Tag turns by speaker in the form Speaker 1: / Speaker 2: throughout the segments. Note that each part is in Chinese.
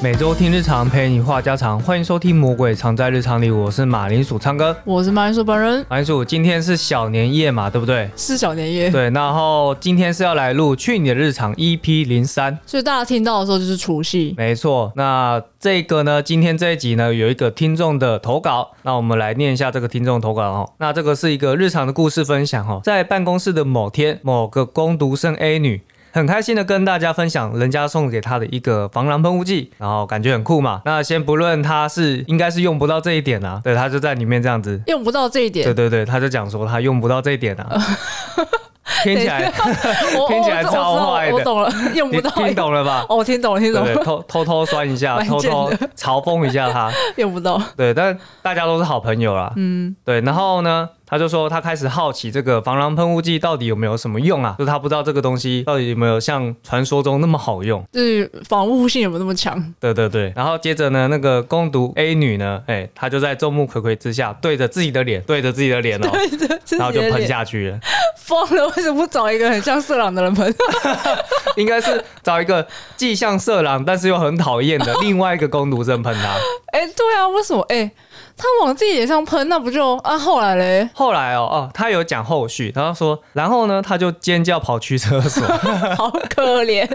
Speaker 1: 每周听日常，陪你话家常，欢迎收听《魔鬼藏在日常里》，我是马铃薯唱歌。
Speaker 2: 我是马铃薯本人，
Speaker 1: 马铃薯，今天是小年夜嘛，对不对？
Speaker 2: 是小年夜，
Speaker 1: 对，然后今天是要来录去你的日常 EP 零三，
Speaker 2: 所以大家听到的时候就是除夕。
Speaker 1: 没错。那这个呢，今天这一集呢，有一个听众的投稿，那我们来念一下这个听众投稿哦。那这个是一个日常的故事分享哦，在办公室的某天，某个工读生 A 女。很开心的跟大家分享人家送给她的一个防狼喷雾剂，然后感觉很酷嘛。那先不论她是应该是用不到这一点啦、对，她就在里面这样子，
Speaker 2: 用不到这一
Speaker 1: 对
Speaker 2: 点，
Speaker 1: 对对，她就讲说她用不到这一点 啊，听起来
Speaker 2: 我
Speaker 1: 听起来
Speaker 2: 我
Speaker 1: 超
Speaker 2: 我
Speaker 1: 坏的
Speaker 2: 我懂了，用
Speaker 1: 你
Speaker 2: 不到，
Speaker 1: 听懂了吧？
Speaker 2: 哦，我听懂了，听懂
Speaker 1: 对，
Speaker 2: 了，
Speaker 1: 偷偷偷酸一下，
Speaker 2: 蛮
Speaker 1: 偷
Speaker 2: 贱
Speaker 1: 偷
Speaker 2: 的
Speaker 1: 嘲讽一下他。
Speaker 2: 用不到。
Speaker 1: 对，但大家都是好朋友啦。嗯，对。然后呢，他就说他开始好奇这个防狼喷雾剂到底有没有什么用啊？就是他不知道这个东西到底有没有像传说中那么好用。
Speaker 2: 就是防护性有没有那么强？
Speaker 1: 对对对。然后接着呢，那个攻读 A 女呢，哎、她就在众目睽睽之下对着自己的脸，对着自己的脸哦、
Speaker 2: 对着自己
Speaker 1: 然后就
Speaker 2: 的
Speaker 1: 喷
Speaker 2: 脸，
Speaker 1: 下去了，
Speaker 2: 疯了！为什么不找一个很像色狼的人 喷？
Speaker 1: 应该是找一个既像色狼但是又很讨厌 的另外一个攻读生喷他。
Speaker 2: 哎、对啊，为什么？哎、他往自己脸上喷，那不就啊？后来嘞，
Speaker 1: 后来哦哦，他有讲后续，然后说，然后呢，他就尖叫跑去厕所，
Speaker 2: 好 可怜，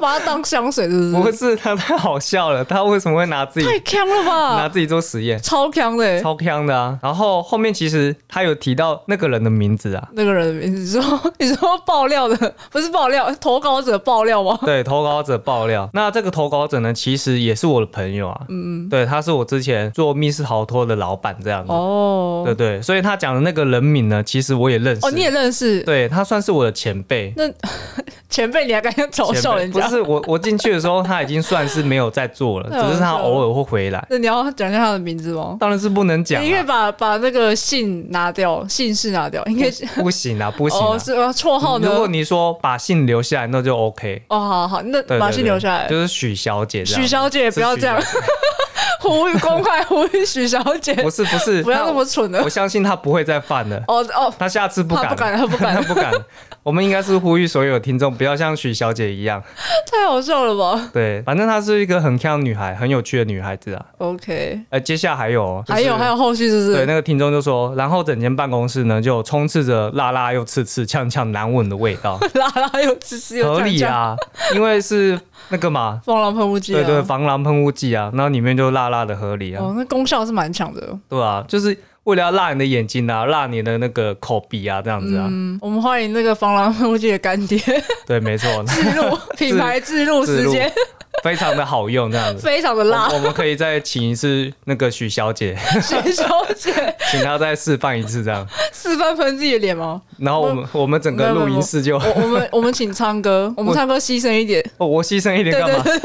Speaker 2: 把它当香水是不
Speaker 1: 不
Speaker 2: 是？
Speaker 1: 是他太好笑了，他为什么会拿自己
Speaker 2: 嗯太强了
Speaker 1: 拿
Speaker 2: 吧，
Speaker 1: 自己做实验，
Speaker 2: 超强的、欸！
Speaker 1: 超坑的啊！然后后面其实他有提到那个人的名字啊，
Speaker 2: 那个人的名字，你说你说爆料的不是爆料，投稿者爆料吗？
Speaker 1: 对，投稿者爆料，那这个投稿者呢，其实也是我的朋友啊，嗯，对，他是我之前做密室逃脱的老板这样子，嗯
Speaker 2: 哦
Speaker 1: 对对，所以他讲的那个人名呢，其实我也认识，
Speaker 2: 哦，你也认识
Speaker 1: 对他算是我的前辈，
Speaker 2: 前辈，你还敢嘲哦笑人
Speaker 1: 前辈
Speaker 2: 家
Speaker 1: 不？是我，我进去的时候他已经算是没有在做 了，
Speaker 2: 太好
Speaker 1: 只是他
Speaker 2: 笑了
Speaker 1: 偶尔会回来，
Speaker 2: 那你要讲一下他的名字吗？
Speaker 1: 当然是不能讲
Speaker 2: 你可以
Speaker 1: 啊，
Speaker 2: 把把那个姓拿掉，姓氏拿掉，你可以
Speaker 1: 不行啊，不行啊
Speaker 2: 哦，。是吗？绰号呢
Speaker 1: 如？果你说把姓留下来，那就 OK。
Speaker 2: 哦，好好，那
Speaker 1: 对，
Speaker 2: 把
Speaker 1: 对
Speaker 2: 姓
Speaker 1: 对
Speaker 2: 留下来。
Speaker 1: 就是许小姐这样。
Speaker 2: 许小姐，
Speaker 1: 是
Speaker 2: 不要这样
Speaker 1: 许小姐，
Speaker 2: 呼吁公开呼吁许小 姐，
Speaker 1: 不是不是，
Speaker 2: 不要那么蠢
Speaker 1: 她。
Speaker 2: 的
Speaker 1: 我。相信她不会再犯了，
Speaker 2: 哦哦，
Speaker 1: 她下次不
Speaker 2: 他
Speaker 1: 敢，
Speaker 2: 不敢，他不
Speaker 1: 她
Speaker 2: 敢，
Speaker 1: 不敢。我们应该是呼吁所有听众不要像许小姐一样。
Speaker 2: 太好笑了吧
Speaker 1: 对，反正她是一个很漂亮女孩，很有趣的女孩子啊。
Speaker 2: ？OK，
Speaker 1: 呃，接下来还有哦，就是
Speaker 2: 还有还有后续是不
Speaker 1: 对，
Speaker 2: 是？
Speaker 1: 那个听众就说，然后整间办公室呢就充斥着辣辣又刺刺、呛呛难闻的味道，
Speaker 2: 拉拉又吃吃 又
Speaker 1: 合
Speaker 2: 讲
Speaker 1: 理
Speaker 2: 讲，
Speaker 1: 啊，因为是那个嘛，
Speaker 2: 防狼喷雾剂啊，
Speaker 1: 对对，防狼喷雾剂啊，然后里面就辣辣的合理啊，
Speaker 2: 哦，那功效是蛮强的。
Speaker 1: 对啊，就是为了要辣你的眼睛啊，辣你的那个口鼻啊，这样子啊，
Speaker 2: 嗯，我们欢迎那个防狼喷雾剂的干 爹自
Speaker 1: 对，没错，
Speaker 2: 入品牌自入
Speaker 1: 自
Speaker 2: 时
Speaker 1: 入
Speaker 2: 间
Speaker 1: 非常的好用，这样子。
Speaker 2: 非常的辣
Speaker 1: 我，我们可以再请一次那个许小姐，
Speaker 2: 许小姐
Speaker 1: 请她再示范一次这样，
Speaker 2: 示范喷自己的脸吗？
Speaker 1: 然后我们我们整个录音室就
Speaker 2: 我我 们我们请昌哥，我
Speaker 1: 哦
Speaker 2: 们
Speaker 1: 我
Speaker 2: 昌哥牺牲一点，
Speaker 1: 哦，我牺牲一点
Speaker 2: 对
Speaker 1: 干
Speaker 2: 对
Speaker 1: 嘛？
Speaker 2: 对，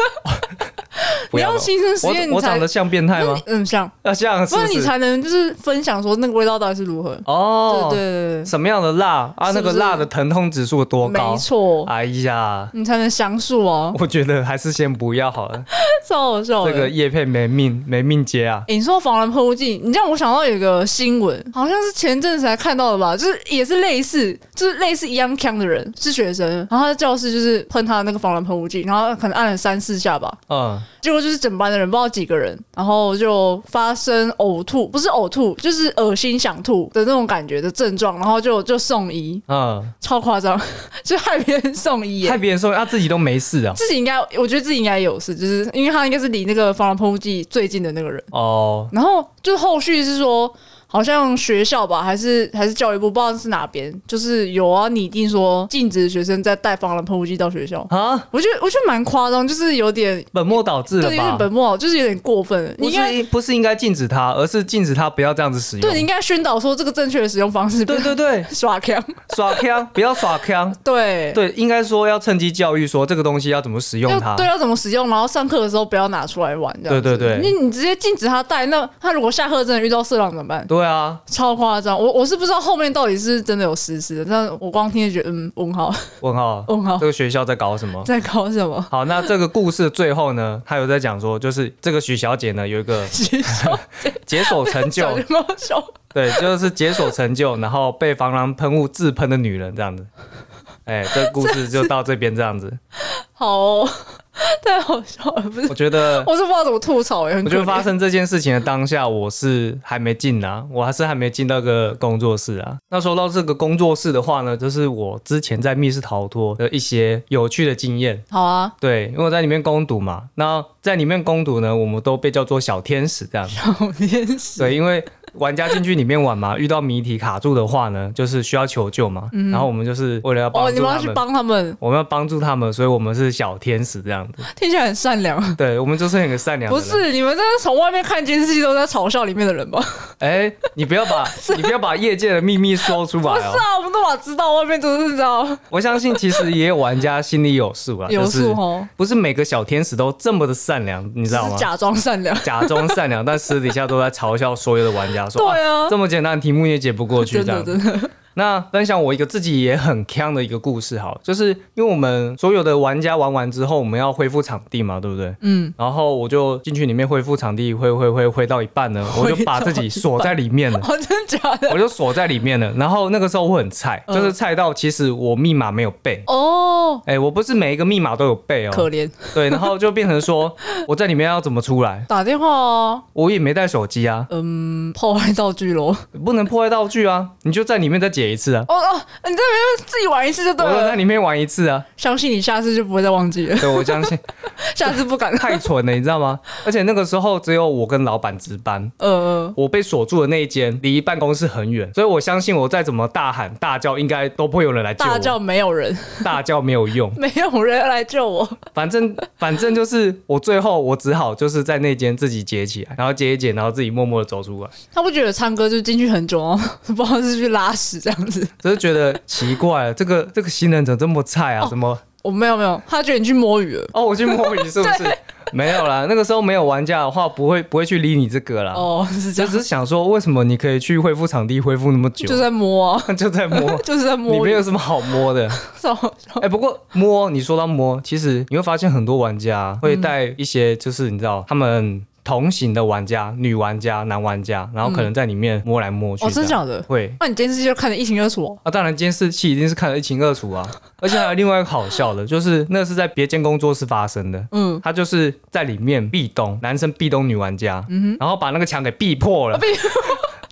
Speaker 1: 不
Speaker 2: 你
Speaker 1: 要
Speaker 2: 要
Speaker 1: 了
Speaker 2: 牺牲实验，
Speaker 1: 我
Speaker 2: 你
Speaker 1: 我
Speaker 2: 才
Speaker 1: 长得像变态
Speaker 2: 那
Speaker 1: 吗
Speaker 2: 你？嗯像，
Speaker 1: 啊，像是
Speaker 2: 不
Speaker 1: 不
Speaker 2: 然
Speaker 1: 是
Speaker 2: 你才能就是分享说那个味道到底是如何。
Speaker 1: 哦，
Speaker 2: 对对对
Speaker 1: 什么样的辣啊？
Speaker 2: 是
Speaker 1: 那
Speaker 2: 不是
Speaker 1: 个辣的疼痛指数多
Speaker 2: 对，
Speaker 1: 高
Speaker 2: 没？错，
Speaker 1: 哎呀，
Speaker 2: 你才能详述哦，
Speaker 1: 我觉得还是先不要好了，
Speaker 2: 超好笑
Speaker 1: 这个
Speaker 2: 的。
Speaker 1: 叶片没命没命接啊。
Speaker 2: 欸你说防狼喷雾剂，你让我想到有一个新闻，好像是前阵子才看到的吧，就是也是类似，就是类似一样呛的人是学生，然后他在教室就是喷他那个防狼喷雾剂，然后可能按了三四下吧，
Speaker 1: 嗯，
Speaker 2: 结果就是整班的人不知道几个人，然后就发生呕吐，不是呕吐，就是恶心想吐的那种感觉的症状，然后就就送医，
Speaker 1: 嗯，
Speaker 2: 超夸张， 就害别人送医耶
Speaker 1: 害别人说他自己都没事啊。
Speaker 2: 自己应该，我觉得自己应该有事，就是因为他应该是离那个防狼喷雾剂最近的那个人。
Speaker 1: 哦，
Speaker 2: 然后就后续是说，好像学校吧，还是还是教育部，不知道是哪边，就是有啊拟定说禁止学生再带防狼喷雾剂到学校。
Speaker 1: 啊，
Speaker 2: 我觉得我觉得蛮夸张，就是有点
Speaker 1: 本末倒置
Speaker 2: 对，
Speaker 1: 了
Speaker 2: 有点
Speaker 1: 吧？
Speaker 2: 本末，就是有点过分了。你
Speaker 1: 不
Speaker 2: 应该
Speaker 1: 是不是应该禁止他，而是禁止他不要这样子使用
Speaker 2: 对，你。应该宣导说这个正确的使用方式，
Speaker 1: 对对对，
Speaker 2: 耍强，
Speaker 1: 耍 枪不要耍枪。
Speaker 2: 对。
Speaker 1: 对，应该说要趁机教育说这个东西要怎么使用
Speaker 2: 要
Speaker 1: 它
Speaker 2: 对。要啊怎么使用，然后上课的时候不要拿出来玩，这样子
Speaker 1: 对对对
Speaker 2: 你你直接禁止他带，那他如果下课真的遇到色狼怎么办？
Speaker 1: 对啊，
Speaker 2: 超夸张，我我是不知道后面到底是真的有实施的，但我光听就觉得嗯问号
Speaker 1: 问号，
Speaker 2: 问号
Speaker 1: 这个学校在搞什么？
Speaker 2: 在搞什么？
Speaker 1: 好，那这个故事的最后呢，他有在讲说，就是这个许小姐呢有一个
Speaker 2: 学校
Speaker 1: 解锁成就
Speaker 2: 小，熊猫熊，
Speaker 1: 对，就是解锁成就，然后被防狼喷雾自喷的女人这样子。哎、这故事就到这边这样子。
Speaker 2: 好、哦，太好笑了，不是
Speaker 1: 我？觉得
Speaker 2: 我是不知道怎么吐槽哎、欸，很
Speaker 1: 我
Speaker 2: 可
Speaker 1: 觉得
Speaker 2: 怜
Speaker 1: 发生这件事情的当下，我是还没进啊，我还是还没进到个工作室啊。那说到这个工作室的话呢，就是我之前在密室逃脱的一些有趣的经验。
Speaker 2: 好啊，
Speaker 1: 对，因为我在里面攻读嘛，那在里面攻读呢，我们都被叫做小天使这样。
Speaker 2: 小天使，
Speaker 1: 对，因为玩家进去里面玩嘛，遇到谜题卡住的话呢，就是需要求救嘛。然后我们就是为了要帮
Speaker 2: 嗯哦，
Speaker 1: 助
Speaker 2: 你们
Speaker 1: 他
Speaker 2: 要去
Speaker 1: 们，
Speaker 2: 帮他们，
Speaker 1: 我们要帮助他们，所以我们是小天使这样子。
Speaker 2: 听起来很善良。
Speaker 1: 对，我们就是很善良的
Speaker 2: 不
Speaker 1: 人。
Speaker 2: 是，你们这是从外面看监视器都在嘲笑里面的人吧？
Speaker 1: 哎、你不要 把你不要把业界的秘密说出来哦
Speaker 2: 是。啊，我们都把知道外面都是这样
Speaker 1: 我相信其实也有玩家心里有数啊，
Speaker 2: 有数
Speaker 1: 就是
Speaker 2: 哦，
Speaker 1: 不是每个小天使都这么的善良，你知
Speaker 2: 只
Speaker 1: 道吗
Speaker 2: 是？假装善良。
Speaker 1: 假装善良，但私底下都在嘲笑所有的玩家说，
Speaker 2: 对啊
Speaker 1: 这么简单的题目也解不过去
Speaker 2: 真
Speaker 1: 这
Speaker 2: 的
Speaker 1: 样。
Speaker 2: 真的，
Speaker 1: 那分享我一个自己也很坑的一个故事，好了，就是因为我们所有的玩家玩完之后，我们要恢复场地嘛，对不对？
Speaker 2: 嗯，
Speaker 1: 然后我就进去里面恢复场地，挥挥挥挥到一半呢，我就把自己锁在里面了。
Speaker 2: 哦，真的假的？
Speaker 1: 我就锁在里面了。然后那个时候我很菜，
Speaker 2: 嗯
Speaker 1: 就是菜到其实我密码没有背。
Speaker 2: 哦，
Speaker 1: 哎、我不是每一个密码都有背哦，
Speaker 2: 可怜，
Speaker 1: 对，然后就变成说我在里面要怎么出来？
Speaker 2: 打电话哦，
Speaker 1: 我也没带手机啊，
Speaker 2: 嗯，破坏道具喽。
Speaker 1: 不能破坏道具啊，你就在里面再解一次啊，
Speaker 2: 哦哦，你在那边自己玩一次就对
Speaker 1: 我就在
Speaker 2: 了，
Speaker 1: 里面玩一次啊，
Speaker 2: 相信你下次就不会再忘记了，
Speaker 1: 对我相信
Speaker 2: 下次不敢。
Speaker 1: 太蠢了，你知道吗？ 而且那个时候只有我跟老板值班，
Speaker 2: 呃，
Speaker 1: 我被锁住的那一间离办公室很远，所以我相信我再怎么大喊大叫，应该都不会有人来救我，
Speaker 2: 大叫没有人，
Speaker 1: 大叫没有用。
Speaker 2: 没有人来救我。
Speaker 1: 反正反正就是我最后我只好就是在那间自己解起来，然后解一解，然后自己默默的走出来，
Speaker 2: 他不觉得唱歌就进去很久哦， 不知道是去拉屎这样子。
Speaker 1: 只是觉得奇怪啊了，这个这个新人怎么这么菜
Speaker 2: 哦
Speaker 1: 啊？怎么
Speaker 2: 我没有没有，他觉得你去摸鱼了。
Speaker 1: 哦，我去摸鱼是不 是？没有啦，那个时候没有玩家的话，不会不会去理你这个啦。
Speaker 2: 哦，是
Speaker 1: 就
Speaker 2: 这样，
Speaker 1: 只是想说，为什么你可以去恢复场地恢复那么久？
Speaker 2: 就在摸啊，
Speaker 1: 就在摸，
Speaker 2: 就是在
Speaker 1: 你
Speaker 2: 摸
Speaker 1: 没
Speaker 2: 鱼
Speaker 1: 有。什么好摸 的。
Speaker 2: 超好笑
Speaker 1: 哎、不过摸，你说到摸，其实你会发现很多玩家会带一些，就是你知道他们同行的玩家，女玩家、男玩家，然后可能在里面摸来摸去
Speaker 2: 哦，
Speaker 1: 这
Speaker 2: 真
Speaker 1: 样、
Speaker 2: 假的？
Speaker 1: 会
Speaker 2: 那你监视器就看得一清二楚哦。
Speaker 1: 啊，当然监视器一定是看得一清二楚啊。而且还有另外一个好笑的，就是那是在别间工作室发生的。
Speaker 2: 嗯，
Speaker 1: 他就是在里面壁咚，男生壁咚女玩家，
Speaker 2: 嗯
Speaker 1: 然后把那个墙给壁破
Speaker 2: 哦
Speaker 1: 了，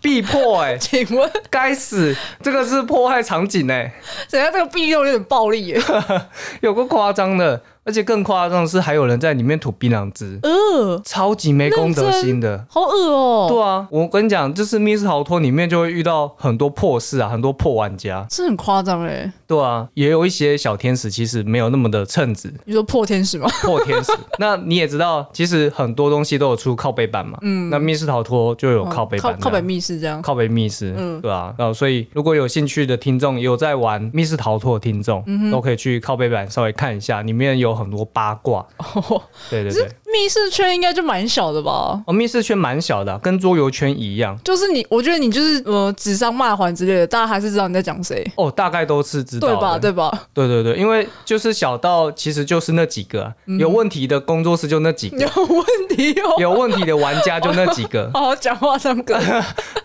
Speaker 1: 壁破哎、
Speaker 2: 请问
Speaker 1: 该死，这个是破坏场景哎、
Speaker 2: 等下这个必用有点暴力耶？
Speaker 1: 有个夸张的，而且更夸张的是，还有人在里面吐槟榔汁，
Speaker 2: 呃，
Speaker 1: 超级没公德心的。
Speaker 2: 好恶哦，
Speaker 1: 对啊，我跟你讲，就是密室逃脱里面就会遇到很多破事啊，很多破玩家。
Speaker 2: 这很夸张哎。
Speaker 1: 对啊，也有一些小天使其实没有那么的称职，
Speaker 2: 你说破天使吗？
Speaker 1: 破天使。那你也知道，其实很多东西都有出靠背版嘛。嗯，那密室逃脱就有靠背版、
Speaker 2: 哦靠靠北密室这样。
Speaker 1: 靠背密室，
Speaker 2: 嗯
Speaker 1: 对啊，然后所以如果有兴趣的听众，有在玩密室逃脱的听众，
Speaker 2: 嗯
Speaker 1: 都可以去靠背版稍微看一下，里面有很多八卦。
Speaker 2: 哦，
Speaker 1: 对对对，
Speaker 2: 密室圈应该就蛮小的吧？
Speaker 1: 哦，密室圈蛮小的啊、跟桌游圈一样。
Speaker 2: 就是你，我觉得你就是呃指桑骂槐之类的，大家还是知道你在讲谁，
Speaker 1: 哦，大概都是知道
Speaker 2: 对
Speaker 1: 的，
Speaker 2: 吧？对吧？
Speaker 1: 对对对因为就是小到其实就是那几个啊、
Speaker 2: 嗯
Speaker 1: 有问题的工作室就那几 个，
Speaker 2: 有问题哦。
Speaker 1: 有问题的玩家就那几 个，
Speaker 2: 好好讲话，唱 歌。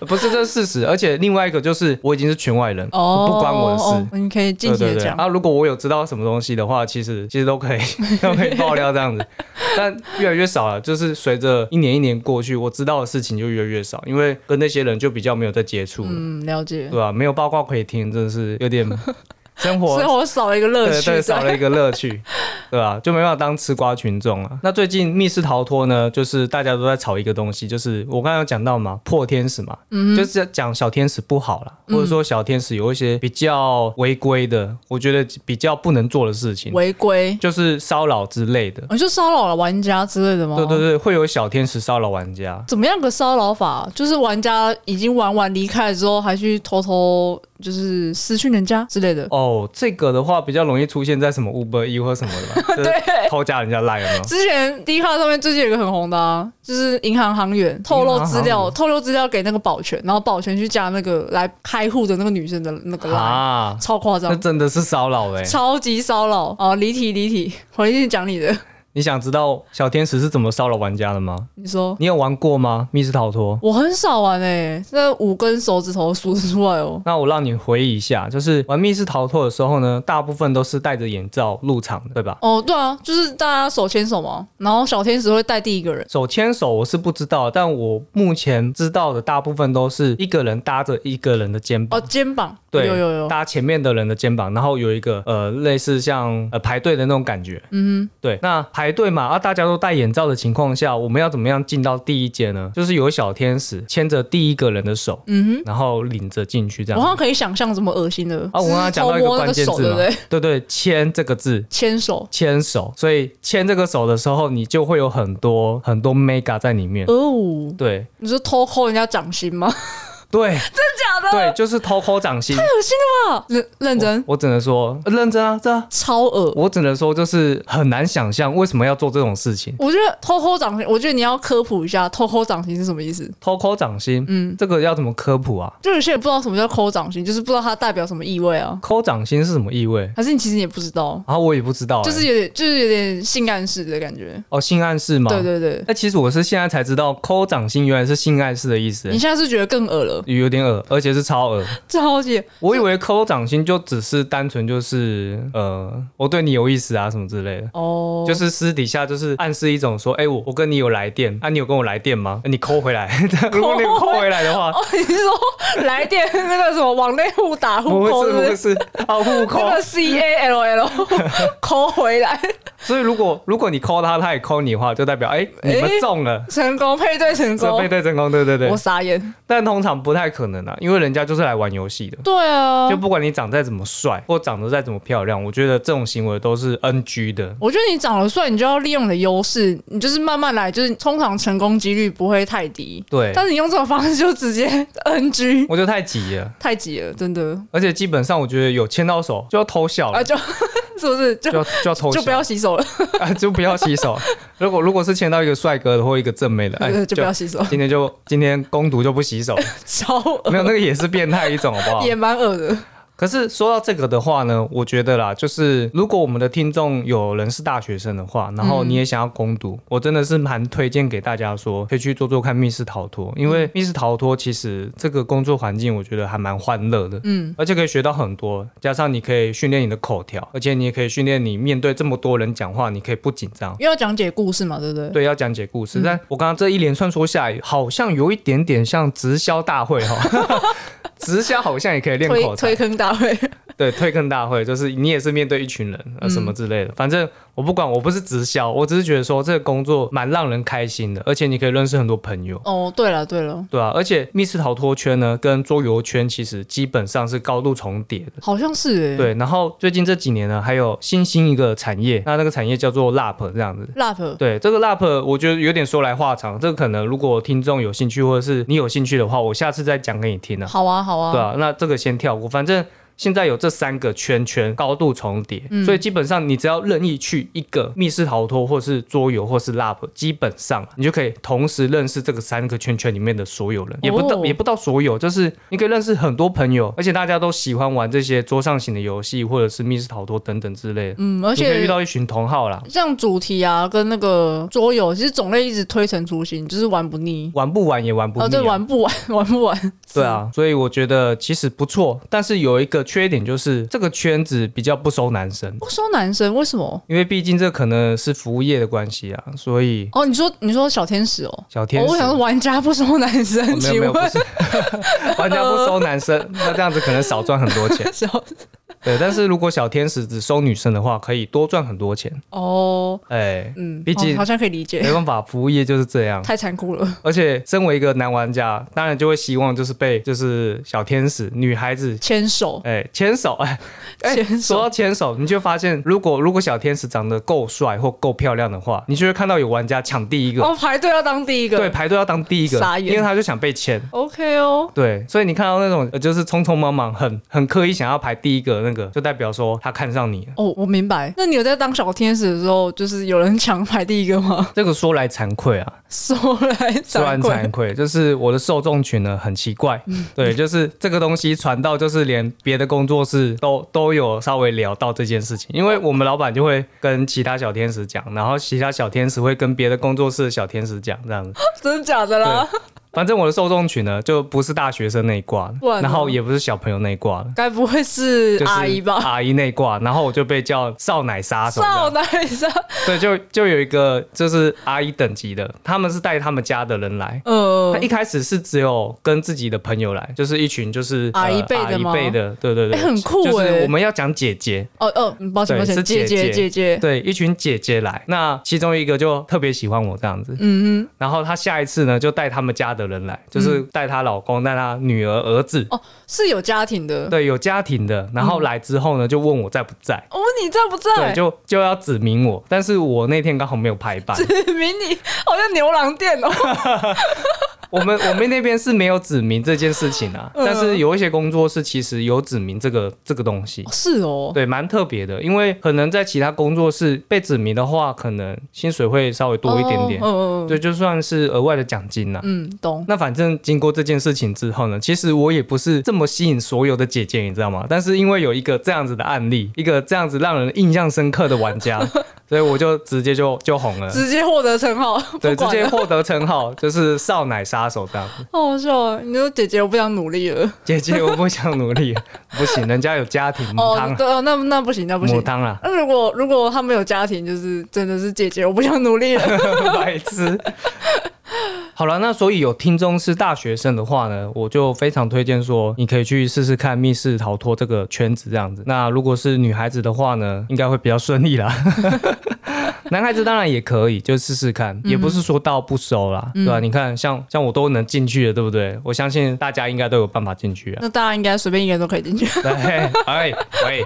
Speaker 1: 不是这是事实。而且另外一个就是我已经是圈外人，
Speaker 2: 哦，
Speaker 1: 不关我的事。
Speaker 2: 哦你可以尽
Speaker 1: 对
Speaker 2: 情
Speaker 1: 对
Speaker 2: 的
Speaker 1: 对，
Speaker 2: 讲。
Speaker 1: 啊，如果我有知道什么东西的话，其实其实都 可以都可以爆料这样子，但越来越少了。就是随着一年一年过去，我知道的事情就越来越少，因为跟那些人就比较没有在接触了。
Speaker 2: 嗯，了解。
Speaker 1: 对吧、没有八卦可以听，真的是有点生活
Speaker 2: 所以我少了一个乐
Speaker 1: 对
Speaker 2: 趣
Speaker 1: 对，
Speaker 2: 在
Speaker 1: 少了一个乐趣，对吧、就没办法当吃瓜群众啊。那最近密室逃脱呢，就是大家都在吵一个东西，就是我刚刚有讲到嘛，破天使嘛，
Speaker 2: 嗯
Speaker 1: 就是讲小天使不好啦，或者说小天使有一些比较违规的，我觉得比较不能做的事情，
Speaker 2: 违规，
Speaker 1: 就是骚扰之类的。
Speaker 2: 我就骚扰了玩家之类的吗？
Speaker 1: 对对。对，会有小天使骚扰玩家，
Speaker 2: 怎么样个骚扰法？就是玩家已经玩完离开了之后，还去偷偷就是私讯人家之类的。
Speaker 1: 哦，这个的话比较容易出现在什么 Uber E 或什么的 吧，就是
Speaker 2: 对
Speaker 1: 偷加人家赖 了吗？
Speaker 2: 之前 D 卡上面最近有一个很红的、啊，就是银行行员透露
Speaker 1: 银
Speaker 2: 资
Speaker 1: 行行
Speaker 2: 料，
Speaker 1: 员
Speaker 2: 透露资料给那个保全，然后保全去加那个来开户的那个女生的那个 line，
Speaker 1: 啊，
Speaker 2: 超夸张
Speaker 1: 那。真的是骚扰哎！
Speaker 2: 超级骚扰哦，离题离题，我一定讲你的。
Speaker 1: 你想知道小天使是怎么骚扰玩家的吗？
Speaker 2: 你说
Speaker 1: 你有玩过吗？密室逃脱？
Speaker 2: 我很少玩诶、那五根手指头数得出来哦。
Speaker 1: 那我让你回忆一下，就是玩密室逃脱的时候呢，大部分都是戴着眼罩入场的，对吧？
Speaker 2: 哦，对啊，就是大家手牵手嘛，然后小天使会带第一个人。
Speaker 1: 手牵手我是不知道，但我目前知道的大部分都是一个人搭着一个人的肩膀
Speaker 2: 哦，，肩膀，
Speaker 1: 对，
Speaker 2: 有有有，
Speaker 1: 搭前面的人的肩膀，然后有一个呃类似像呃排队的那种感觉，嗯哼，对。那排队嘛，啊大家都戴眼罩的情况下，我们要怎么样进到第一间呢？就是有小天使牵着第一个人的手，嗯哼，然后领着进去这
Speaker 2: 我
Speaker 1: 样
Speaker 2: 好。像可以想象怎么恶心的。
Speaker 1: 啊，我刚刚讲到一个
Speaker 2: 就是偷摸那
Speaker 1: 关键
Speaker 2: 手
Speaker 1: 字
Speaker 2: 对
Speaker 1: 嘛
Speaker 2: 不对？，
Speaker 1: 对对，牵这个字，
Speaker 2: 牵手，
Speaker 1: 牵手，所以牵这个手的时候，你就会有很多很多 mega 在里面。
Speaker 2: 哦，
Speaker 1: 对
Speaker 2: 你是偷抠人家掌心吗？
Speaker 1: 对
Speaker 2: 假的，
Speaker 1: 对，就是偷抠掌心。
Speaker 2: 啊认认真，
Speaker 1: 我只能说呃认真啊，这啊
Speaker 2: 超恶。
Speaker 1: 我只能说就是很难想象为什么要做这种事情。
Speaker 2: 我觉得偷抠掌心，我觉得你要科普一下偷抠掌心是什么意思。
Speaker 1: 偷抠掌心，嗯，这个要怎么科普啊？
Speaker 2: 就有些人不知道什么叫抠掌心，就是不知道它代表什么意味啊，
Speaker 1: 抠掌心是什么意味？
Speaker 2: 还是你其实也不知道，
Speaker 1: 啊，我也不知道欸、
Speaker 2: 就是有点就是有点性暗示的感觉。
Speaker 1: 哦，性暗示吗？哎
Speaker 2: 对。对对，
Speaker 1: 那其实我是现在才知道，抠掌心原来是性暗示的意思
Speaker 2: 你
Speaker 1: 欸，
Speaker 2: 现在是觉得更恶了，
Speaker 1: 有点恶，而且是超 恶。
Speaker 2: 超级
Speaker 1: 我以为抠掌心就只是单纯就是呃，我对你有意思啊什么之类的。
Speaker 2: 哦，
Speaker 1: 就是私底下就是暗示一种说，哎、我我跟你有来电，啊，你有跟我来电吗？你抠回来， 如果你有抠回来的话，
Speaker 2: 哦，你是说来电那个什么往内互打互
Speaker 1: 不
Speaker 2: 抠，
Speaker 1: 会
Speaker 2: 是
Speaker 1: 是不
Speaker 2: 不
Speaker 1: 会
Speaker 2: 是？
Speaker 1: 是啊互抠
Speaker 2: 那。个 C A L L 抠回来，
Speaker 1: 所以如果如果你抠他，他也抠你的话，就代表哎、你们
Speaker 2: 哎
Speaker 1: 中了。
Speaker 2: 成功配对成
Speaker 1: 这
Speaker 2: 功
Speaker 1: 配，对成功，对对对
Speaker 2: 我，傻眼。
Speaker 1: 但通常不太可能啊，因为人家就是来玩游戏的，
Speaker 2: 对啊
Speaker 1: 就，不管你长再怎么帅，或长得再怎么漂亮，我觉得这种行为都是 NG 的。
Speaker 2: 我觉得你长得帅，你就要利用你的优势，你就是慢慢来，就是通常成功几率不会太低。
Speaker 1: 对，
Speaker 2: 但是你用这种方式就直接 NG，
Speaker 1: 我觉得太急了，
Speaker 2: 太急了，真的
Speaker 1: 而且基本上我觉得有牵到手就要偷笑了
Speaker 2: 啊，，就 是不是就
Speaker 1: 就要就要偷笑，
Speaker 2: 就不要洗手了，
Speaker 1: 啊，就不要洗手。如果如果是牵到一个帅哥的或一个正妹的，哎，
Speaker 2: 就不要洗手，
Speaker 1: 今天就今天攻读就不洗手，
Speaker 2: 超
Speaker 1: 没
Speaker 2: 恶，
Speaker 1: 有那个也是变态一种，好不好？
Speaker 2: 也蛮恶的。
Speaker 1: 可是说到这个的话呢，我觉得啦，就是如果我们的听众有人是大学生的话，然后你也想要攻
Speaker 2: 嗯
Speaker 1: 读，我真的是蛮推荐给大家说，可以去做做看密室逃脱，
Speaker 2: 嗯
Speaker 1: 因为密室逃脱其实这个工作环境我觉得还蛮欢乐的，嗯，而且可以学到很多，加上你可以训练你的口条，而且你也可以训练你面对这么多人讲话，你可以不紧张。
Speaker 2: 因为要讲解故事嘛，对不对？嗯
Speaker 1: 对，要讲解故事。但我刚刚这一连串说下来，好像有一点点像直销大会哈、 哦，直销好像也可以练口才
Speaker 2: 推推。坑 大会，
Speaker 1: 对，推坑大会就是你也是面对一群人呃什么之类的，反正我不管，我不是直销，我只是觉得说这个工作蛮让人开心的，而且你可以认识很多朋友。
Speaker 2: 哦，对了对了，
Speaker 1: 对啊，而且密室逃脱圈呢，跟桌游圈其实基本上是高度重叠的。
Speaker 2: 好像是哎、
Speaker 1: 对，然后最近这几年呢，还有新兴一个产业，那那个产业叫做 LAP 这样子。
Speaker 2: l a p
Speaker 1: 对，这个 LAP 我觉得有点说来话长，这个可能如果听众有兴趣，或者是你有兴趣的话，我下次再讲给你听啊。
Speaker 2: 好啊好啊，
Speaker 1: 对啊，那这个先跳过，反正。现在有这三个圈圈高度重叠，
Speaker 2: 嗯
Speaker 1: 所以基本上你只要任意去一个密室逃脱，或是桌游，或是 LAP，基本上你就可以同时认识这个三个圈圈里面的所有人，也不到、
Speaker 2: 哦
Speaker 1: 也不到所有，就是你可以认识很多朋友，而且大家都喜欢玩这些桌上型的游戏，或者是密室逃脱等等之类的，
Speaker 2: 嗯，而
Speaker 1: 你可以遇
Speaker 2: 且
Speaker 1: 到一群同好啦。
Speaker 2: 像主题啊跟那个桌游，其实种类一直推陈出新，就是玩不腻。
Speaker 1: 玩不玩也玩不腻、啊
Speaker 2: 哦，对，玩不完， 玩不完。
Speaker 1: 对啊，所以我觉得其实不错，但是有一个缺点就是这个圈子比较不收男生。
Speaker 2: 不哦收男生，为什么？
Speaker 1: 因为毕竟这可能是服务业的关系啊，所以
Speaker 2: 哦，你说你说小天使哦，
Speaker 1: 小天
Speaker 2: 哦、我
Speaker 1: 使、
Speaker 2: 想说玩家不收男生，
Speaker 1: 哦没有
Speaker 2: 请
Speaker 1: 没有
Speaker 2: 问
Speaker 1: 不是， 玩家不收男生，那这样子可能少赚很多钱。
Speaker 2: 小
Speaker 1: 对，但是如果小天使只收女生的话，可以多赚很多钱。
Speaker 2: 哦，
Speaker 1: 哎，
Speaker 2: 嗯，
Speaker 1: 毕竟
Speaker 2: 哦好像可以理
Speaker 1: 没
Speaker 2: 解，
Speaker 1: 办法，服务业就是这样。
Speaker 2: 太残酷了，
Speaker 1: 而且身为一个男玩家，当然就会希望就是被就是小天使女孩子
Speaker 2: 牵手，
Speaker 1: 哎，牵手哎哎，
Speaker 2: 牵手
Speaker 1: 说到牵手，你就发现，如果如果小天使长得够帅或够漂亮的话，你就会看到有玩家抢第一个，
Speaker 2: 哦，排队要当第一个，
Speaker 1: 对，排队要当第一个
Speaker 2: 傻，眼
Speaker 1: 因为他就想被牵。
Speaker 2: ，OK 哦，
Speaker 1: 对，所以你看到那种呃就是匆匆忙忙、很很刻意想要排第一个的那那个，就代表说他看上你了。
Speaker 2: 哦，我明白。那你有在当小天使的时候，就是有人抢排第一个吗？
Speaker 1: 这个说来惭愧啊，
Speaker 2: 说来
Speaker 1: 说来惭
Speaker 2: 惭愧， 嗯
Speaker 1: 愧，就是我的受众群呢很奇怪，对，就是这个东西传到，就是连别的工作室都都有稍微聊到这件事情，因为我们老板就会跟其他小天使讲，然后其他小天使会跟别的工作室的小天使讲，这样子。
Speaker 2: 真的假的啦？
Speaker 1: 反正我的受众群呢，就不是大学生那一挂的
Speaker 2: 不然，呢
Speaker 1: 然后也不是小朋友那一挂的，
Speaker 2: 该不会是
Speaker 1: 就是
Speaker 2: 阿姨吧？
Speaker 1: 阿姨那一挂，然后我就被叫少奶杀手这样。
Speaker 2: 少奶莎，
Speaker 1: 对，就就有一个就是阿姨等级的，他们是带他们家的人来，
Speaker 2: 呃
Speaker 1: 他，一开始是只有跟自己的朋友来，就是一群就是
Speaker 2: 阿姨辈
Speaker 1: 呃、
Speaker 2: 的吗
Speaker 1: 阿姨辈的，对对对，
Speaker 2: 欸很酷
Speaker 1: 就是
Speaker 2: 欸
Speaker 1: 我们要讲姐姐，
Speaker 2: 哦哦，嗯抱歉
Speaker 1: 对
Speaker 2: 抱歉，
Speaker 1: 是
Speaker 2: 姐
Speaker 1: 姐姐
Speaker 2: 姐姐，
Speaker 1: 对，一群姐姐来，那其中一个就特别喜欢我这样子，
Speaker 2: 嗯嗯，
Speaker 1: 然后她下一次呢就带他们家的人来，就是带她老公、带她女儿、儿子，
Speaker 2: 哦是有家庭的。
Speaker 1: 对，有家庭的，然
Speaker 2: 嗯
Speaker 1: 后来之后呢就问我在不在。
Speaker 2: 哦，你在不
Speaker 1: 对，
Speaker 2: 在？
Speaker 1: 就就要指明我，但是我那天刚好没有排 版，
Speaker 2: 指明你好像牛郎店哦。
Speaker 1: 我们我们那边是没有指明这件事情啊，
Speaker 2: 嗯
Speaker 1: 但是有一些工作室其实有指明这个这个东西，
Speaker 2: 是哦，
Speaker 1: 对，蛮特别的，因为可能在其他工作室被指名的话，可能薪水会稍微多一点点，
Speaker 2: 哦嗯嗯
Speaker 1: 对，就算是额外的奖金啦。啊
Speaker 2: 嗯，嗯懂。
Speaker 1: 那反正经过这件事情之后呢，其实我也不是这么吸引所有的姐姐，你知道吗？但是因为有一个这样子的案例，一个这样子让人印象深刻的玩家， 所以我就直接就就红了，
Speaker 2: 直接获得称号，
Speaker 1: 对，直
Speaker 2: 不管
Speaker 1: 接
Speaker 2: 了，
Speaker 1: 获得称号，就是少奶杀手这样 子。
Speaker 2: 好好笑哦。你说姐姐，我不想努力了。
Speaker 1: 姐姐，我不想努力，不行，人家有家庭母
Speaker 2: 哦
Speaker 1: 汤，，啊
Speaker 2: 对，哦那那不行，那不
Speaker 1: 母
Speaker 2: 行。
Speaker 1: 汤啊啦，
Speaker 2: 那如果如果他们有家庭，就是真的是姐姐，我不想努 力了。
Speaker 1: 白痴。好了，那所以有听众是大学生的话呢，我就非常推荐说，你可以去试试看密室逃脱这个圈子这样子。那如果是女孩子的话呢，应该会比较顺利啦。 男孩子当然也可以，就试试看，
Speaker 2: 嗯
Speaker 1: 也不是说到不熟啦，对吧、你看，像像我都能进去了，对不对？我相信大家应该都有办法进去啊。
Speaker 2: 那大家应该随便一个人都可以进去。
Speaker 1: 对，哎喂，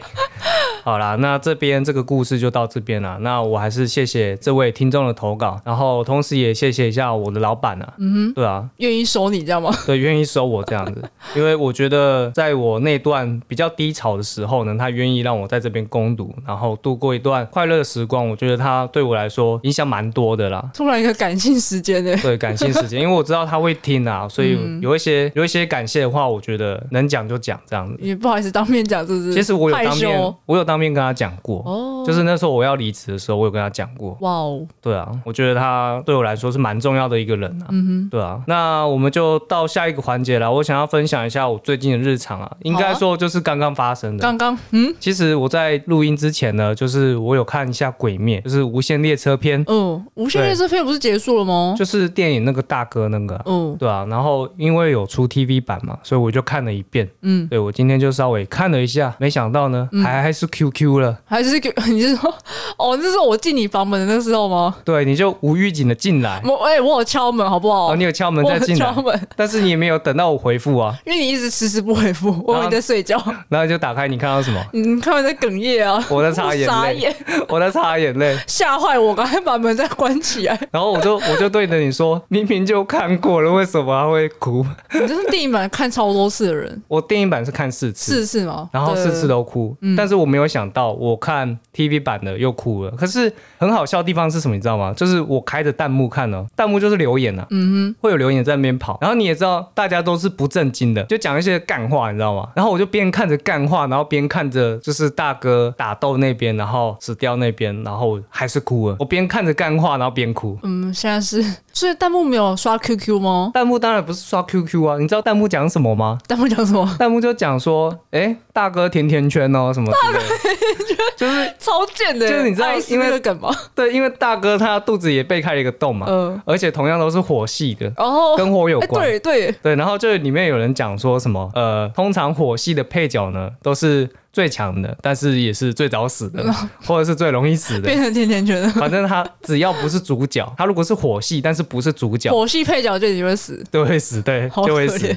Speaker 1: 好啦，那这边这个故事就到这边了。那我还是谢谢这位听众的投稿，然后同时也谢谢一下我的老板啊，嗯哼，对啊，
Speaker 2: 愿意收你，知道吗？
Speaker 1: 对，愿意收我这样子，因为我觉得在我那段比较低潮的时候呢，他愿意让我在这边攻读，然后度过一段快乐的时光，我觉得他对我来说影响蛮多的啦。
Speaker 2: 突然一个感性时间呢，
Speaker 1: 对，感谢时间，因为我知道他会听 啊，所以
Speaker 2: 嗯
Speaker 1: 有一些、有一些感谢的话，我觉得能讲就讲这样子。
Speaker 2: 也不好意思当面讲，是不是？
Speaker 1: 其实我有
Speaker 2: 害
Speaker 1: 当面
Speaker 2: 羞，
Speaker 1: 我有当面跟他讲过，
Speaker 2: 哦，
Speaker 1: 就是那时候我要离职的时候，我有跟他讲过。
Speaker 2: 哇哦，
Speaker 1: 对啊，我觉得他对我来说是蛮重要的一个人啊。嗯对啊，那我们就到下一个环节了。我想要分享一下我最近的日常啊，应该说就是刚刚发生的。
Speaker 2: 刚刚嗯
Speaker 1: 其实我在录音之前呢，就是我有看一下《鬼灭》，就是《无限列车篇》，
Speaker 2: 嗯，无限列车片不是结束了吗？
Speaker 1: 就是电影那个大哥那个啊、
Speaker 2: 嗯
Speaker 1: 对啊，然后因为有出 TV 版嘛，所以我就看了一遍。
Speaker 2: 嗯，
Speaker 1: 对我今天就稍微看了一下，没想到呢，还还是 QQ 了。
Speaker 2: 还是给 你是说哦，那是我进你房门的那时候吗？
Speaker 1: 对，你就无预警的进来，
Speaker 2: 我哎、我有敲门好不好？
Speaker 1: 哦，你有敲门
Speaker 2: 我
Speaker 1: 再
Speaker 2: 有
Speaker 1: 进来
Speaker 2: 敲，门，
Speaker 1: 但是你也没有等到我回复啊，
Speaker 2: 因为你一直迟迟不回 复，我以为你在睡觉，？
Speaker 1: 然后就打开，你看到什么
Speaker 2: 你看我在哽咽啊，
Speaker 1: 我在擦眼
Speaker 2: 傻
Speaker 1: 泪，
Speaker 2: 眼，
Speaker 1: 我在擦眼泪，
Speaker 2: 吓坏我，赶快把门再关 起来。
Speaker 1: 然后我就我就对着你说，明明就看过了，为什么还会哭？
Speaker 2: 你就是电影版看超多次的人，
Speaker 1: 我电影版是看四次，
Speaker 2: 四次吗？
Speaker 1: 然后
Speaker 2: 对
Speaker 1: 四次都哭，但是我没有想到我看 TV 版的又哭了。可是很好笑的地方是什么，你知道吗？就是我开着弹幕看哦，弹幕就是留言啊，嗯哼，会有留言在那边跑。然后你也知道，大家都是不正经的，就讲一些干话，你知道吗？然后我就边看着干话，然后边看着就是大哥打斗那边，然后死掉那边，然后还是哭了。我边看着干话，然后边哭。
Speaker 2: 嗯，现在是，所以弹幕没有刷 QQ 吗？
Speaker 1: 弹幕当然不是刷 QQ 啊，你知道弹幕讲什么吗？
Speaker 2: 弹幕讲 什么？
Speaker 1: 弹幕就讲说，哎、大哥甜甜圈哦，什么之类的，就是
Speaker 2: 超贱的耶，
Speaker 1: 就是你知道
Speaker 2: 爱斯
Speaker 1: 因为
Speaker 2: 那个梗吗？
Speaker 1: 对，因为大哥他肚子也被开了一个洞嘛，
Speaker 2: 嗯，
Speaker 1: 而且同样都是火系的，
Speaker 2: 然后
Speaker 1: 跟火有
Speaker 2: 哎，
Speaker 1: 关。
Speaker 2: 对对，
Speaker 1: 对，然后就里面有人讲说什么，呃，通常火系的配角呢都是最强的，但是也是最早死的，
Speaker 2: 哦
Speaker 1: 或者是最容易死的
Speaker 2: 变。成甜甜圈了。
Speaker 1: 反正他只要不是主角，他如果是火系，但是不是主角，
Speaker 2: 火系配角就你会死，
Speaker 1: 就会死，对，
Speaker 2: 好
Speaker 1: 就会
Speaker 2: 可
Speaker 1: 死
Speaker 2: 怜。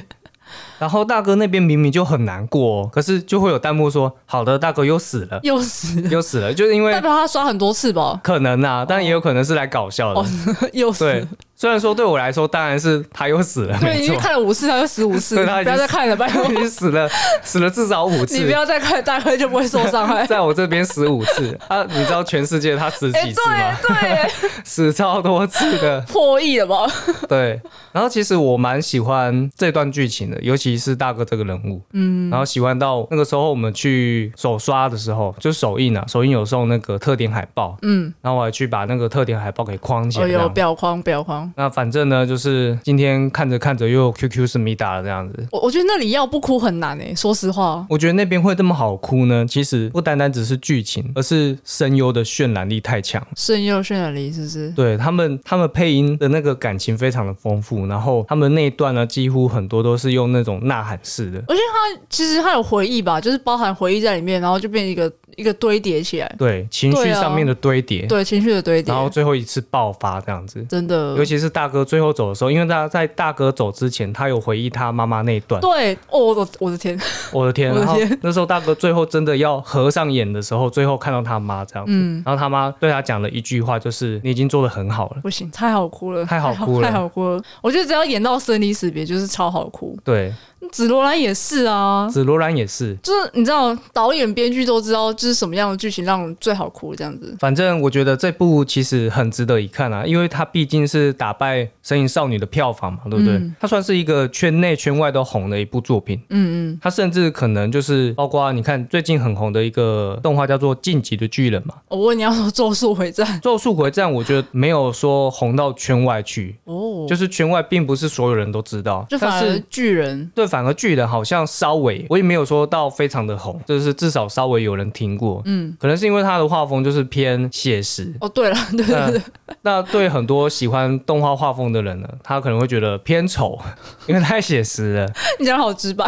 Speaker 1: 然后大哥那边明明就很难过、哦，可是就会有弹幕说：“好的，大哥又死了，
Speaker 2: 又死了，
Speaker 1: 又死 了。”就是因
Speaker 2: 代
Speaker 1: 为
Speaker 2: 表他刷很多次吧？
Speaker 1: 可能啊，但也有可能是来搞笑的。
Speaker 2: 哦，又死
Speaker 1: 对
Speaker 2: 了，，
Speaker 1: 虽然说对我来说当然是他又死了，
Speaker 2: 对，
Speaker 1: 没
Speaker 2: 你去
Speaker 1: 错，
Speaker 2: 看了五次，他就死五次，
Speaker 1: 对他已
Speaker 2: 不
Speaker 1: 经
Speaker 2: 要再看了，拜托，
Speaker 1: 已经 死了死了至少五
Speaker 2: 你不
Speaker 1: 次，。
Speaker 2: 要再看，大概就不会受伤 害
Speaker 1: 在我这边死五次 啊！你知道全世界他死
Speaker 2: 哎、
Speaker 1: 几次
Speaker 2: 对耶
Speaker 1: 吗？
Speaker 2: 对耶，
Speaker 1: 死超多次的，
Speaker 2: 破亿了吧？
Speaker 1: 对。然后其实我蛮喜欢这段剧情的，尤其是大哥这个人物，嗯。然后喜欢到那个时候我们去手刷的时候，就首映啊，首映有送那个特点海报，
Speaker 2: 嗯，
Speaker 1: 然后我还去把那个特点海报给框起
Speaker 2: 哎
Speaker 1: 来，这
Speaker 2: 呦，
Speaker 1: 样。
Speaker 2: 表框表框，
Speaker 1: 那反正呢，就是今天看着看着又有 QQ 思密达了这样子。
Speaker 2: 我我觉得那里要不哭很难哎、说实话，
Speaker 1: 我觉得那边会这么好哭呢，其实不单单只是剧情，而是声优的渲染力太强。
Speaker 2: 声优渲染力是不是？
Speaker 1: 对他们，他们配音的那个感情非常的丰富，然后他们那一段呢，几乎很多都是用那种呐喊式的。
Speaker 2: 而且他其实他有回忆吧，就是包含回忆在里面，然后就变一个一个堆叠起来，
Speaker 1: 对情绪
Speaker 2: 对啊
Speaker 1: 上面的堆叠，
Speaker 2: 对情绪的堆叠
Speaker 1: 然，后最后一次爆发这样子。
Speaker 2: 真的
Speaker 1: 尤。其是大哥最后走的时候，因为他在大哥走之前，他有回忆他妈妈那一段。
Speaker 2: 对，哦，我我的天，
Speaker 1: 我的天！
Speaker 2: 我的
Speaker 1: 然后
Speaker 2: 天
Speaker 1: 那时候大哥最后真的要合上眼的时候，最后看到他妈这样子，
Speaker 2: 嗯
Speaker 1: 然后他妈对他讲了一句话，就是你已经做的很好了。
Speaker 2: 不行，太好哭了，
Speaker 1: 太好哭了
Speaker 2: 太好哭了。我觉得只要演到生离死别，就是超好哭。
Speaker 1: 对，
Speaker 2: 紫罗兰也是啊，
Speaker 1: 紫罗兰也是。
Speaker 2: 就是你知道，导演、编剧都知道，就是什么样的剧情让人最好哭这样子。
Speaker 1: 反正我觉得这部其实很值得一看啊，因为它毕竟是打败《神隐少女》的票房嘛，对不对？
Speaker 2: 嗯
Speaker 1: 它算是一个圈内圈外都红的一部作品。
Speaker 2: 嗯嗯，
Speaker 1: 它甚至可能就是包括你看最近很红的一个动画叫做《晋级的巨人》嘛，
Speaker 2: 哦我问你要说《咒术回战》
Speaker 1: 《咒术回战》我觉得没有说红到圈外去，
Speaker 2: 哦，
Speaker 1: 就
Speaker 2: 就是
Speaker 1: 圈外并不是所有人都知道，
Speaker 2: 反
Speaker 1: 但
Speaker 2: 而
Speaker 1: 是
Speaker 2: 巨人
Speaker 1: 对反而巨人好像稍微，我也没有说到非常的红，就是至少稍微有人听过，嗯，可能是因为它的画风就是偏写实，
Speaker 2: 哦，对了，对
Speaker 1: 嗯
Speaker 2: 对对，
Speaker 1: 那对很多喜欢动画画风的人呢，他可能会觉得偏丑， 因为太写实了。
Speaker 2: 你讲得好直白，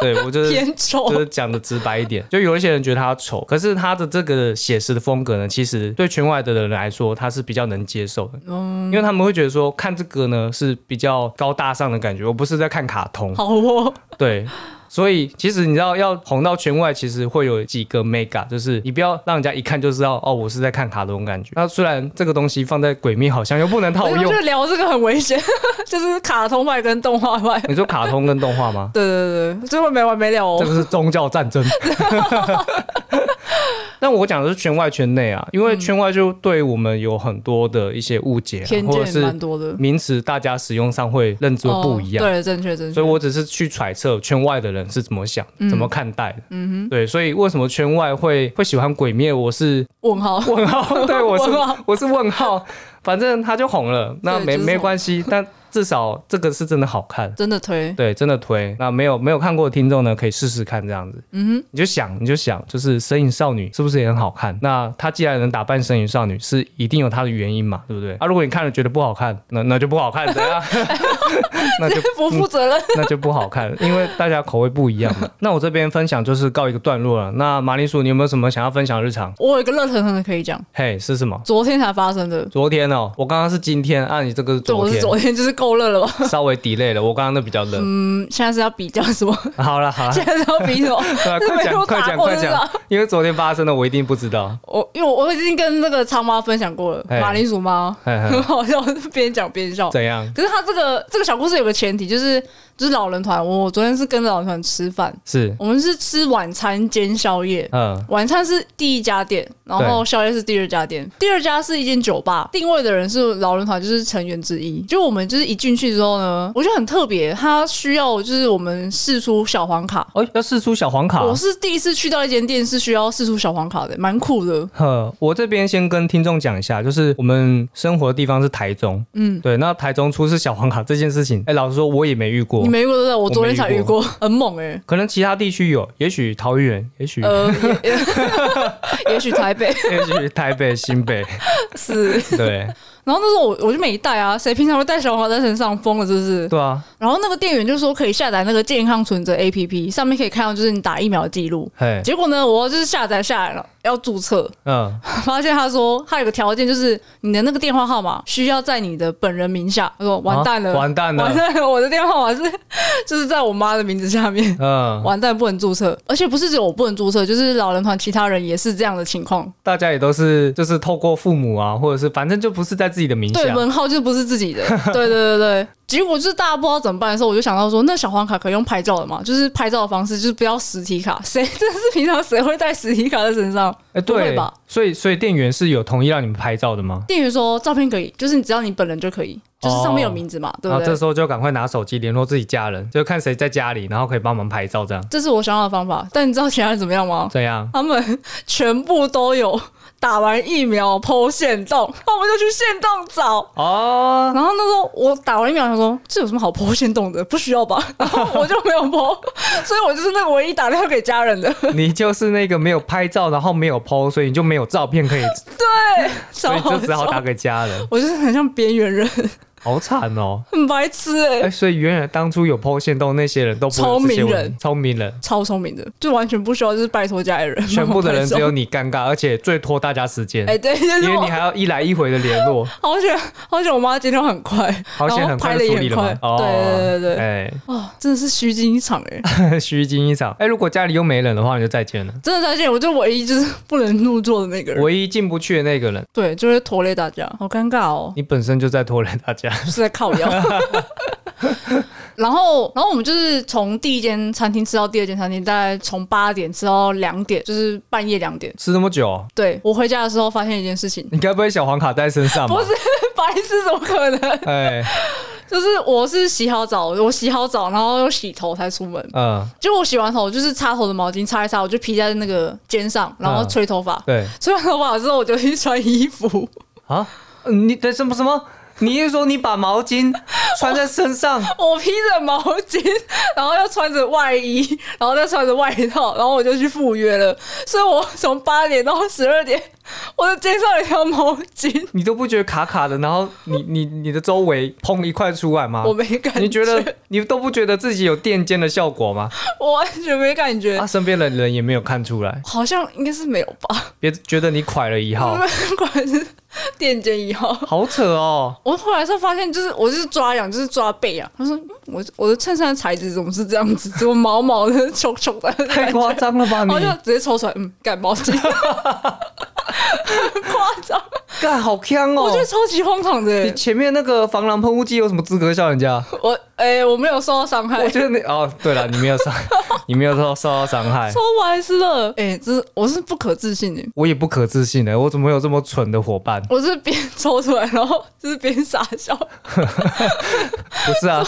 Speaker 1: 对我就是
Speaker 2: 偏丑
Speaker 1: 就。是讲的直白一点，就有一些人觉得他丑，可是他的这个写实的风格呢，其实对圈外的人来说，他是比较能接受的，
Speaker 2: 哦
Speaker 1: 因为他们会觉得说看这个呢是比较高大上的感觉，我不是在看卡通，
Speaker 2: 好哦，
Speaker 1: 对。所以其实你知道，要红到圈外，其实会有几个 mega，就是你不要让人家一看就知道哦，我是在看卡通感觉。那虽然这个东西放在鬼灭好像又不能套
Speaker 2: 我
Speaker 1: 用
Speaker 2: 觉，得聊这个很危险， 就是卡通派跟动画派。？
Speaker 1: 你说卡通跟动画吗
Speaker 2: 对对对对，最后没完没了
Speaker 1: 这
Speaker 2: 哦。
Speaker 1: 个是宗教战争。 但我讲的是圈外圈内啊，因为圈外就对我们有很多的一些误解啊、
Speaker 2: 偏
Speaker 1: 或者
Speaker 2: 见蛮
Speaker 1: 是
Speaker 2: 多的，
Speaker 1: 名词，大家使用上会认知不一样。
Speaker 2: 哦对，正确正确。
Speaker 1: 所以我只是去揣测圈外的人是怎么想、怎么看待的。嗯哼，对，所以为什么圈外会会喜欢鬼灭？我是
Speaker 2: 问号，
Speaker 1: 问 号，对我是
Speaker 2: 问号
Speaker 1: 我是问号。反正他就红了，那
Speaker 2: 对
Speaker 1: 没
Speaker 2: 就是
Speaker 1: 没
Speaker 2: 红
Speaker 1: 关系，但至少这个是真的好看。
Speaker 2: 真的推，
Speaker 1: 对，真的推。那没有没有看过的听众呢，可以试试看这样子。嗯哼，你就想，你就想，就是《神隐少女》是不是也很好看？那它既然能打败《神隐少女》，是一定有它的原因嘛，对不对？啊，如果你看了觉得不好看， 那那就不好看，怎样？那 就嗯
Speaker 2: 不负责任。
Speaker 1: 那就不好看，因为大家口味不一样 嘛。那我这边分享就是告一个段落了。那马铃薯，你有没有什么想要分享的日常？
Speaker 2: 我有一个热腾腾的可以讲，
Speaker 1: 嘿、是什么？
Speaker 2: 昨天才发生的。
Speaker 1: 昨天哦，我刚刚是今天，按、啊、你这个是
Speaker 2: 对，
Speaker 1: 昨
Speaker 2: 我是
Speaker 1: 天，
Speaker 2: 昨天，就是够热了吧？
Speaker 1: 稍微 delay 了。我刚刚那比较冷。
Speaker 2: 嗯，现在是要比较什么？
Speaker 1: 好了好了，
Speaker 2: 现在是要比什么？
Speaker 1: 对啊
Speaker 2: 是
Speaker 1: 快
Speaker 2: 没
Speaker 1: 讲
Speaker 2: 有
Speaker 1: 快
Speaker 2: 打
Speaker 1: 讲
Speaker 2: 过
Speaker 1: 快
Speaker 2: 是
Speaker 1: 讲
Speaker 2: 吧？，
Speaker 1: 因为昨天发生的我一定不知道。
Speaker 2: 我因为我我已经跟那个苍妈分享过了，
Speaker 1: 哎
Speaker 2: 马铃薯妈
Speaker 1: 嘿 嘿
Speaker 2: 很好笑，是边讲边笑。
Speaker 1: 怎样？
Speaker 2: 可是嗯他这个这个小故事有个前提，就是就是老人团，我我昨天是跟着老人团吃饭，
Speaker 1: 是，
Speaker 2: 我们是吃晚餐兼宵夜。
Speaker 1: 嗯，
Speaker 2: 晚餐是第一家店，然后宵夜是第二家店。第二家是一间酒吧，定位的人是老人团，就是成员之一。就我们就是一进去之后呢，我觉得很特别，他需要就是我们试出小黄卡。
Speaker 1: 哦，要试出小黄卡。
Speaker 2: 我是第一次去到一间店是需要试出小黄卡的，蛮酷的。
Speaker 1: 呵，我这边先跟听众讲一下，就是我们生活的地方是台中，嗯，对，那台中出示小黄卡这件事情，哎、老实说我也没遇过
Speaker 2: 你，没遇过对不对？我昨天才
Speaker 1: 我没遇
Speaker 2: 遇
Speaker 1: 过
Speaker 2: 过，很猛哎、
Speaker 1: 可能其他地区有，也许桃园，也许、
Speaker 2: 呃，也也 许台北
Speaker 1: 也许台北、新 北，
Speaker 2: 是。
Speaker 1: 对，
Speaker 2: 然后那时候我我就没带啊，谁平常会带小黄卡在身上？疯了是不是？
Speaker 1: 对啊，
Speaker 2: 然后那个店员就说可以下载那个健康存折 APP，上面可以看到就是你打疫苗的记录。
Speaker 1: 嘿，
Speaker 2: 结果呢，我就是下载下来了，要注册，
Speaker 1: 嗯，
Speaker 2: 发现他说他有个条件，就是你的那个电话号码需要在你的本人名下。他说完蛋了，
Speaker 1: 啊完蛋
Speaker 2: 完
Speaker 1: 了，
Speaker 2: 蛋了，我的电话号码是 就是在我妈的名字下面。
Speaker 1: 嗯，
Speaker 2: 完蛋，不能注册，而且不是只有我不能注册，就是老人团其他人也是这样的的情况，
Speaker 1: 大家也都是就是透过父母啊，或者是反正就不是在自己的名
Speaker 2: 对，
Speaker 1: 下。
Speaker 2: 门号就不是自己的， 对对对对。结果就是大家不知道怎么办的时候，我就想到说，那小黄卡可以用拍照的嘛，就是拍照的方式，就是不要实体卡。 谁真的是平常谁会带实体卡在身上？
Speaker 1: 哎，
Speaker 2: 不会
Speaker 1: 对
Speaker 2: 吧，
Speaker 1: 所以所以店员是有同意让你们拍照的吗？
Speaker 2: 店员说照片可以，就是你只要你本人就可以，就是上面有
Speaker 1: 哦
Speaker 2: 名字嘛，对
Speaker 1: 然
Speaker 2: 不
Speaker 1: 后
Speaker 2: 对？
Speaker 1: 这时候就赶快拿手机联络自己家人，就看谁在家里，然后可以帮忙拍照这样。
Speaker 2: 这是我想要的方法。但你知道其他人怎么样吗？
Speaker 1: 这样
Speaker 2: 他们全部都有打完疫苗剖线洞，他们就去线洞找。
Speaker 1: 哦，
Speaker 2: 然后那时候我打完疫苗，想说这有什么好剖线洞的，不需要吧？然后我就没有剖， 所以我就是那个唯一打电话给家人的。
Speaker 1: 你就是那个没有拍照，然后没有 PO，所以你就没有照片可以，所
Speaker 2: 所
Speaker 1: 以就只好打给家人，
Speaker 2: 我就是很像边缘人，
Speaker 1: 好惨哦。
Speaker 2: 很白痴哎、
Speaker 1: 哎，所以原来当初有 PO 线动那些人都不会有这些
Speaker 2: 聪明
Speaker 1: 问
Speaker 2: 人
Speaker 1: 题，聪明 人，
Speaker 2: 超聪明的，就完全不需要，就是拜托家里人。
Speaker 1: 全部的人只有
Speaker 2: 慢慢
Speaker 1: 你尴尬，而且最拖大家时间
Speaker 2: 拍照哎、，对，就是
Speaker 1: 因为你
Speaker 2: 我
Speaker 1: 还要一来一回的联 络，
Speaker 2: 好险，好险，我妈接电话很快，
Speaker 1: 好险
Speaker 2: 然后
Speaker 1: 很
Speaker 2: 拍
Speaker 1: 快
Speaker 2: 的
Speaker 1: 就
Speaker 2: 也
Speaker 1: 处理
Speaker 2: 很
Speaker 1: 了嘛
Speaker 2: 快，。
Speaker 1: 哦，
Speaker 2: 对对对对，
Speaker 1: 哎，
Speaker 2: 哇，哦真的是虚惊一场 哎、
Speaker 1: 虚惊一场。哎、如果家里又没人的话，你就再见了。
Speaker 2: 真的再见，我就唯一就是不能入座的那个人，
Speaker 1: 唯一进不去的那个人，
Speaker 2: 对，就会拖累大家，好尴尬哦，
Speaker 1: 你本身就在拖累大家。
Speaker 2: 就是在靠腰。然后，然后我们就是从第一间餐厅吃到第二间餐厅，大概从八点吃到两点，就是半夜两点。
Speaker 1: 吃那么久，
Speaker 2: 对我回家的时候发现一件事情，
Speaker 1: 你该不会小黄卡带身上吧？
Speaker 2: 不是白痴怎么可能？
Speaker 1: 哎、
Speaker 2: 就是我是洗好澡，我洗好澡，然后又洗头才出门。
Speaker 1: 嗯、
Speaker 2: 就我洗完头，就是擦头的毛巾擦一擦，我就披在那个肩上，然后
Speaker 1: 嗯
Speaker 2: 吹头发。
Speaker 1: 对
Speaker 2: 吹完头发之后，我就去穿衣服。
Speaker 1: 啊，你等什么什么？你是说你把毛 巾穿在身上？
Speaker 2: 我披着毛巾，然后又穿着外衣，然后再穿着外套，然后我就去赴约了。所以我从八点到十二点，我的肩上有一条毛巾，
Speaker 1: 你都不觉得卡卡的，然后你你你的周围砰一块出来吗
Speaker 2: 我？没感觉，
Speaker 1: 啊你觉得你都不觉得自己有垫肩的效果吗？
Speaker 2: 我完全没感觉，
Speaker 1: 啊，身边的人也没有看出来，
Speaker 2: 好像应该是没有吧？
Speaker 1: 别觉得你垮了一 号，
Speaker 2: 果然是垫肩一号。
Speaker 1: 好扯哦。
Speaker 2: 我后来才发现，就是我就是抓痒，就是抓背痒。他说嗯我我的衬衫的材质怎么是这样子，怎么毛毛的、球球 的，
Speaker 1: 太夸张了吧
Speaker 2: 然后就
Speaker 1: 啊你！
Speaker 2: 直接抽出来，嗯，干 毛巾， 夸张，
Speaker 1: 干好呛哦！
Speaker 2: 我觉得超级荒唐的
Speaker 1: 你
Speaker 2: 耶。
Speaker 1: 前面那个防狼喷雾剂有什么资格笑人家？
Speaker 2: 我哎、我没有受到伤害
Speaker 1: 我，觉得你哦，对了，你没有伤，你没有受受到伤害
Speaker 2: 超，白痴的。哎、
Speaker 1: 欸
Speaker 2: 这是我是不可置信的，
Speaker 1: 我也不可置信的，我怎么会有这么蠢的伙伴？
Speaker 2: 我是边抽出来，然后就是边傻笑，
Speaker 1: 不是 啊，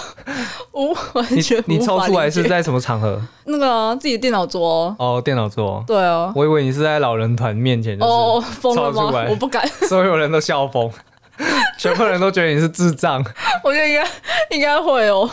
Speaker 2: 无完
Speaker 1: 你
Speaker 2: 全
Speaker 1: 你
Speaker 2: 无
Speaker 1: 抽
Speaker 2: 法
Speaker 1: 出来
Speaker 2: 理解
Speaker 1: 是在什么场合？
Speaker 2: 那个啊、自己的电脑桌哦、
Speaker 1: 哦，电脑桌。
Speaker 2: 对啊，
Speaker 1: 我以为你是在老人团面前，就
Speaker 2: 哦，疯
Speaker 1: 抽
Speaker 2: 了
Speaker 1: 出
Speaker 2: 吗
Speaker 1: 来？
Speaker 2: 我不敢。
Speaker 1: 是所有人都笑疯，全部人都觉得你是智障，
Speaker 2: 我觉得应该应该会哦，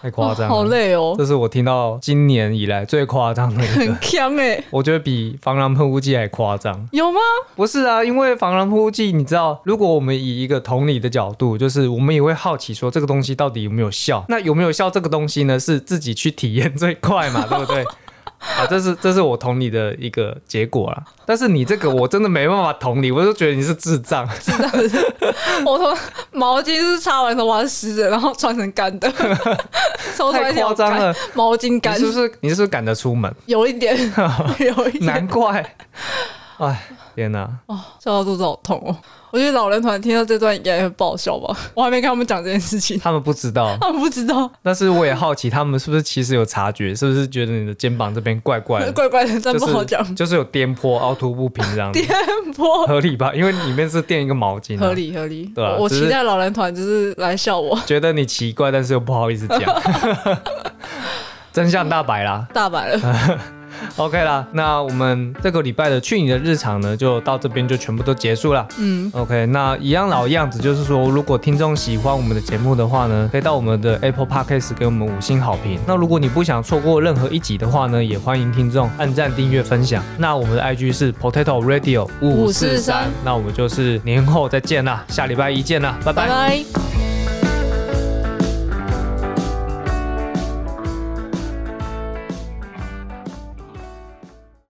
Speaker 1: 太夸张了。啊
Speaker 2: 好累哦，
Speaker 1: 这是我听到今年以来最夸张的一
Speaker 2: 很，
Speaker 1: 个
Speaker 2: 强哎、
Speaker 1: 我觉得比防狼喷雾剂还夸张。
Speaker 2: 有吗？
Speaker 1: 不是啊，因为防狼喷雾剂，你知道，如果我们以一个同理的角度，就是我们也会好奇说这个东西到底有没有效。 那有没有效这个东西呢？是自己去体验最快嘛，对不对？ 啊，这是这是我同理的一个结果啦。但是你这个我真的没办法同理，我就觉得你是智障。
Speaker 2: 我说毛巾是擦完头发是湿的，然后穿成干 的，抽出来一条
Speaker 1: 太夸张
Speaker 2: 干
Speaker 1: 了
Speaker 2: 毛巾
Speaker 1: 你
Speaker 2: 干
Speaker 1: 是，不是你是不是赶得出 门？
Speaker 2: 有一点，有一点
Speaker 1: 难，怪， 哎，天哪！
Speaker 2: 笑到肚子好痛哦。我觉得老人团听到这段应该会爆 笑吧，我还没跟他们讲这件事情，
Speaker 1: 他们不知道，
Speaker 2: 他们不知道，
Speaker 1: 但是我也好奇，他们是不是其实有察觉？是不是觉得你的肩膀这边怪 怪的？
Speaker 2: 怪怪的，但
Speaker 1: 就是
Speaker 2: 不好讲。
Speaker 1: 就是有颠簸、凹凸不平这样 子，
Speaker 2: 不
Speaker 1: 合理吧？因为里面是垫一个毛巾、
Speaker 2: 合。理合理，
Speaker 1: 对啊
Speaker 2: 我我
Speaker 1: 只是
Speaker 2: 期待老人团就是来笑我
Speaker 1: 觉得你奇怪，但是又不好意思讲，真相大白啦。
Speaker 2: 大白 了，
Speaker 1: OK 啦，那我们这个礼拜的去你的日常呢，就到这边就全部都结束了。
Speaker 2: 嗯，
Speaker 1: OK，那一样老样子，就是说，如果听众喜欢我们的节目的话呢，可以到我们的 Apple Podcast 给我们五星好评。那如果你不想错过任何一集的话呢，也欢迎听众按赞、订阅、分享。那我们的 IG 是 Potato Radio 五四
Speaker 2: 543
Speaker 1: 三，那我们就是年后再见啦，下礼拜一见啦，拜拜
Speaker 2: 拜拜。